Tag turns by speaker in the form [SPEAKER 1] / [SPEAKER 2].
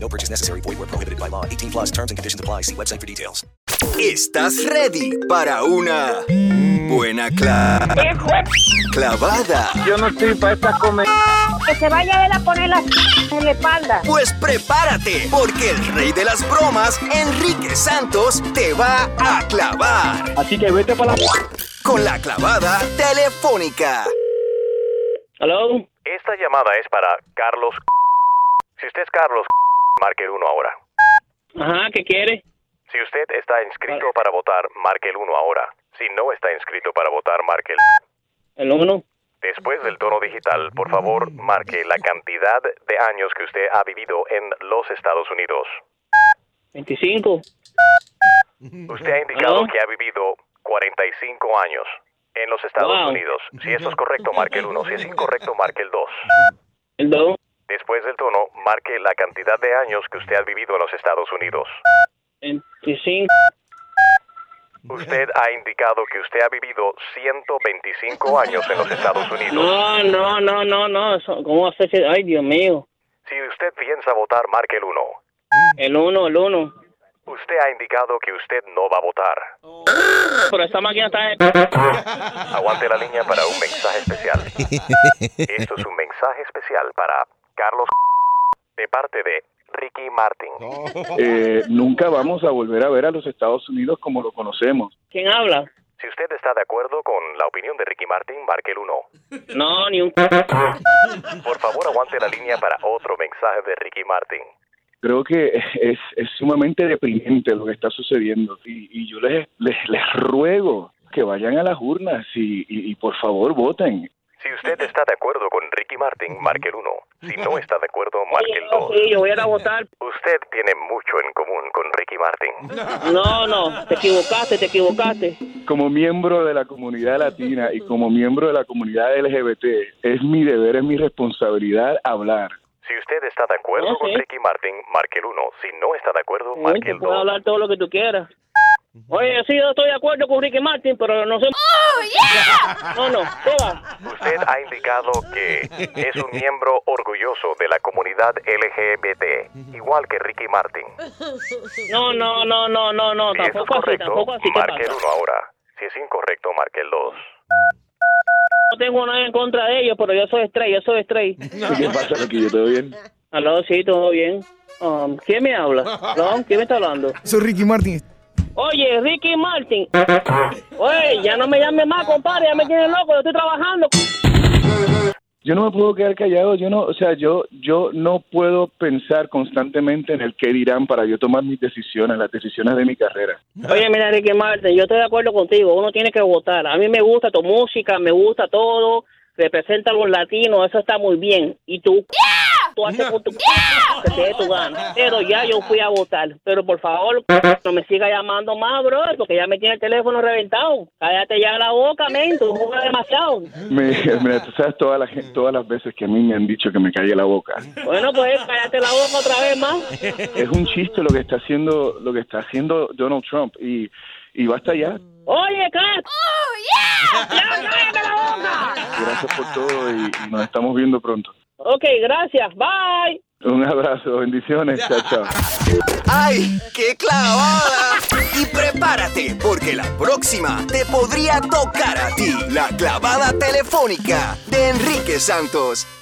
[SPEAKER 1] No purchase necessary. Void where prohibited by law. 18 plus terms and conditions apply. See website for details.
[SPEAKER 2] ¿Estás ready para una buena cla- clavada?
[SPEAKER 3] Yo no estoy para esta comer.
[SPEAKER 4] Que se vaya él a poner la en la espalda.
[SPEAKER 2] Pues prepárate, porque el rey de las bromas, Enrique Santos, te va a clavar
[SPEAKER 3] Así que vete para la.
[SPEAKER 2] con la clavada telefónica.
[SPEAKER 3] ¿Aló?
[SPEAKER 5] Esta llamada es para Carlos. Si usted es Carlos, marque el 1 ahora.
[SPEAKER 3] Ajá, ¿qué quiere?
[SPEAKER 5] Si usted está inscrito para votar, marque el 1 ahora. Si no está inscrito para votar, marque el...
[SPEAKER 3] El uno.
[SPEAKER 5] Después del tono digital, por favor, marque la cantidad de años que usted ha vivido en los Estados Unidos.
[SPEAKER 3] 25.
[SPEAKER 5] Usted ha indicado
[SPEAKER 3] ¿Aló?
[SPEAKER 5] que ha vivido 45 años en los Estados
[SPEAKER 3] Wow.
[SPEAKER 5] Unidos. Si eso es correcto, marque el 1. Si es incorrecto, marque el 2.
[SPEAKER 3] El 2.
[SPEAKER 5] Después del tono, marque la cantidad de años que usted ha vivido en los Estados Unidos.
[SPEAKER 3] 25.
[SPEAKER 5] Usted ha indicado que usted ha vivido 125 años en los Estados Unidos.
[SPEAKER 3] No, no, no, no, no. eso- ¿Cómo va a ser? Ay, Dios mío.
[SPEAKER 5] Si usted piensa votar, marque el 1.
[SPEAKER 3] El 1, el 1.
[SPEAKER 5] Usted ha indicado que usted no va a votar.
[SPEAKER 3] Pero esta máquina está. de-
[SPEAKER 5] Aguante la línea para un mensaje especial. Esto es un mensaje especial para Carlos de parte de Ricky Martin.
[SPEAKER 6] eh, nunca vamos a volver a ver a los Estados Unidos como lo conocemos.
[SPEAKER 3] ¿Quién habla?
[SPEAKER 5] Si usted está de acuerdo con la opinión de Ricky Martin, marque el 1.
[SPEAKER 3] No, ni un.
[SPEAKER 5] Por favor, aguante la línea para otro mensaje de Ricky Martin.
[SPEAKER 6] Creo que es, es sumamente deprimente lo que está sucediendo y, y yo les, les, les ruego que vayan a las urnas y, y- y por favor voten.
[SPEAKER 5] Si usted está de acuerdo con Ricky Martin, marque el 1. Si no está de acuerdo, marque el
[SPEAKER 3] No,
[SPEAKER 5] 2.
[SPEAKER 3] sí, yo voy a ir a votar.
[SPEAKER 5] Usted tiene mucho en común con Ricky Martin.
[SPEAKER 3] No, no. Te equivocaste, te equivocaste.
[SPEAKER 6] Como miembro de la comunidad latina y como miembro de la comunidad LGBT, es mi deber, es mi responsabilidad hablar.
[SPEAKER 5] Si usted está de acuerdo
[SPEAKER 3] No,
[SPEAKER 5] con
[SPEAKER 3] sí.
[SPEAKER 5] Ricky Martin, marque el 1. Si no está de acuerdo,
[SPEAKER 3] Oye,
[SPEAKER 5] marque
[SPEAKER 3] te
[SPEAKER 5] el
[SPEAKER 3] puedo
[SPEAKER 5] 2.
[SPEAKER 3] hablar todo lo que tú quieras. Oye, sí, yo estoy de acuerdo con Ricky Martin, pero no sé. No, no, ¿qué va?
[SPEAKER 5] Usted ha indicado que es un miembro orgulloso de la comunidad LGBT, igual que Ricky Martin.
[SPEAKER 3] No, no, no, no, no, no,
[SPEAKER 5] Si eso es
[SPEAKER 3] tampoco así,
[SPEAKER 5] correcto,
[SPEAKER 3] tampoco así. ¿Qué
[SPEAKER 5] marque el
[SPEAKER 3] pasa?
[SPEAKER 5] 1 ahora. Si es incorrecto, marque el 2.
[SPEAKER 3] No tengo nada en contra de ellos, pero yo soy straight, yo soy straight.
[SPEAKER 6] ¿Qué pasa, Ricky? ¿Yo te veo bien?
[SPEAKER 3] Aló, sí, todo bien. Um, ¿Quién me habla? No, ¿Quién me está hablando?
[SPEAKER 7] Soy Ricky Martin.
[SPEAKER 3] Oye, Ricky Martin. Oye, ya no me llames más, compadre, ya me tienes loco, yo estoy trabajando.
[SPEAKER 6] Yo no me puedo quedar callado, yo no, o sea, yo yo no puedo pensar constantemente en el qué dirán para yo tomar mis decisiones, las decisiones de mi carrera.
[SPEAKER 3] Oye, mira, Ricky Martin, yo estoy de acuerdo contigo, uno tiene que votar. A mí me gusta tu música, me gusta todo, representa a los latinos, eso está muy bien. Y tú, tú haces con tu que te dé tu gana. Pero ya yo fui a votar. Pero por favor, no me siga llamando más, bro, porque ya me tiene el teléfono reventado. Cállate ya la boca, men, tú jugas demasiado.
[SPEAKER 6] Me, mira, tú sabes todas las gen- todas las veces que a mí me han dicho que me calle la boca.
[SPEAKER 3] Bueno, pues cállate la boca otra vez más.
[SPEAKER 6] Es un chiste lo que está haciendo lo que está haciendo Donald Trump y y basta ya.
[SPEAKER 3] Oye, Cat. ¡Ya cállate la boca!
[SPEAKER 6] Gracias por todo y, y nos estamos viendo pronto.
[SPEAKER 3] Ok, gracias, bye.
[SPEAKER 6] Un abrazo, bendiciones, chao, chao.
[SPEAKER 2] ¡Ay, qué clavada! Y prepárate, porque la próxima te podría tocar a ti la clavada telefónica de Enrique Santos.